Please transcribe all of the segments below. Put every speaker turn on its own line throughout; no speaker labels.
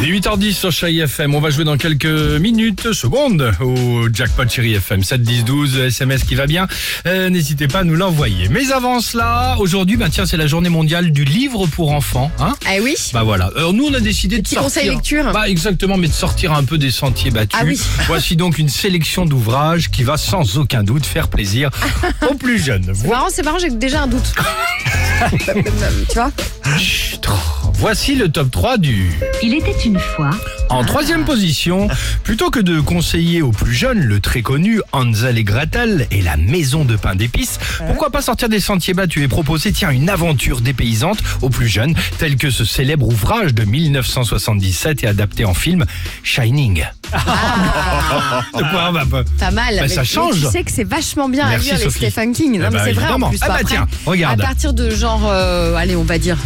8h10 sur Chéri FM. On va jouer dans quelques minutes, secondes, au jackpot Chéri FM. 7, 10, 12, SMS qui va bien. Euh, N'hésitez pas à nous l'envoyer. Mais avant cela, aujourd'hui, ben tiens, c'est la journée mondiale du livre pour enfants. Hein
Ah oui
bah voilà. Alors nous, on a décidé de
Petit
sortir.
conseil lecture.
Bah exactement, mais de sortir un peu des sentiers battus.
Ah oui.
Voici donc une sélection d'ouvrages qui va sans aucun doute faire plaisir aux plus jeunes.
C'est marrant, c'est marrant, j'ai déjà un doute. tu vois
Chut. Voici le top 3 du.
Il était une fois
En troisième position, plutôt que de conseiller aux plus jeunes le très connu Hansel et Gretel et la maison de pain d'épices, pourquoi pas sortir des sentiers battus et proposer tiens une aventure dépaysante aux plus jeunes, tel que ce célèbre ouvrage de 1977 et adapté en film Shining.
Ah.
De quoi, bah, bah,
Pas mal.
Bah,
mais-
ça
mais
change.
Tu sais que c'est vachement bien
Merci,
à lire les
Sophie.
Stephen King. Non,
Eh
mais
bah,
c'est vrai
évidemment.
en plus.
Ah bah
Après,
tiens, regarde.
À partir de genre, euh, allez, on va dire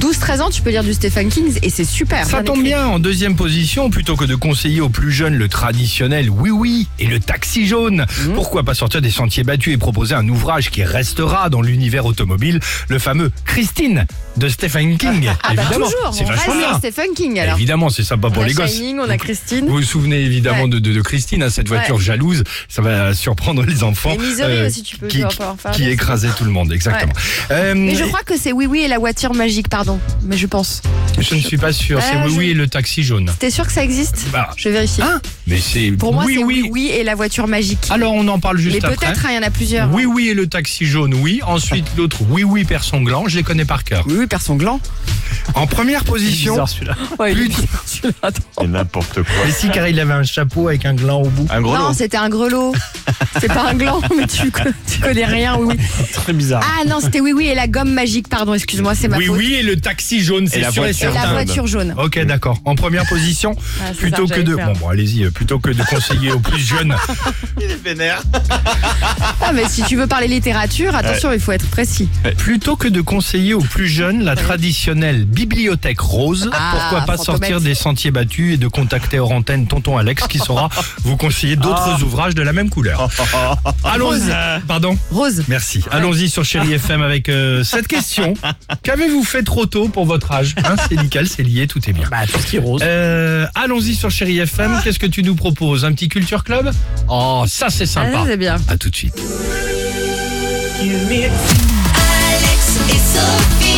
12-13 ans, tu peux lire du Stephen King et c'est super.
Ça tombe
écrit.
bien, en deuxième position, plutôt que de conseiller aux plus jeunes le traditionnel oui oui et le taxi jaune,
Mhm.
pourquoi pas sortir des sentiers battus et proposer un ouvrage qui restera dans l'univers automobile, le fameux Christine de Stephen King.
Ah bah
évidemment,
toujours,
c'est
on reste
vachement
sur
bien.
Stephen King alors.
Évidemment, c'est sympa pour
on a
les gosses.
Shining, on a Christine.
Vous vous souvenez évidemment
Ouais.
de, de- de Christine, hein, cette voiture
Ouais.
jalouse, ça va surprendre les enfants. euh,
Et Misery aussi, tu peux-
qui,
tu vas pouvoir faire
qui
des-
écrasait tout le monde, exactement. Euh,
Mais je crois que c'est Oui Oui et la voiture magique, pardon. Mais je pense.
je ne suis pas sûr, c'est
Ah,
oui
je-
oui et le taxi jaune.
T'es sûr que ça existe
Bah,
Je vérifie.
hein mais c'est
Pour moi,
oui
c'est
oui.
oui Oui et la voiture magique.
Alors on en parle juste
Mais
après.
peut-être, hein, il y en a plusieurs.
Oui, oui, et le taxi jaune, oui. Ensuite, l'autre, oui, oui, perd son gland. Je les connais par cœur.
Oui, oui, perd son gland.
En première position.
bizarre celui-là.
Ouais, il est
Plus-
bizarre, celui-là. Attends.
C'est n'importe quoi.
Mais si, car il avait un chapeau avec un gland au bout.
Un gros
Non,
lot.
c'était un grelot. C'est pas un gland, mais tu, co- tu connais rien, oui, oui.
Très bizarre.
Ah non, c'était oui, oui, et la gomme magique, pardon, excuse-moi, c'est ma
Oui,
faute.
oui, et le taxi jaune, c'est
la
sûr et
voiture.
Et la
certain.
voiture jaune.
Ok, d'accord. En première position,
Ah, c'est
plutôt
ça,
que
j'avais
de.
peur.
Bon, bon, allez-y, euh, plutôt que de conseiller aux plus jeunes.
Il est vénère.
Ah, mais si tu veux parler littérature, attention, il faut être précis.
Plutôt que de conseiller aux plus jeunes la traditionnelle bibliothèque rose,
Ah,
pourquoi pas
Fantomètre.
sortir des sentiers battus et de contacter hors antenne tonton Alex qui saura vous conseiller
Ah.
d'autres ouvrages de la même couleur. Allons-y. Pardon
Rose,
Merci. Allons-y sur Chéri FM avec euh, cette question. Qu'avez-vous fait trop tôt pour votre âge Hein, C'est nickel, c'est lié, tout est bien.
Bah, tout ce qui est rose. Ah.
Euh, Allons-y sur Chéri FM. Qu'est-ce que tu nous proposes Un petit culture club Oh, ça c'est
ah,
sympa.
c'est bien.
À tout de suite.
Alex et Sophie.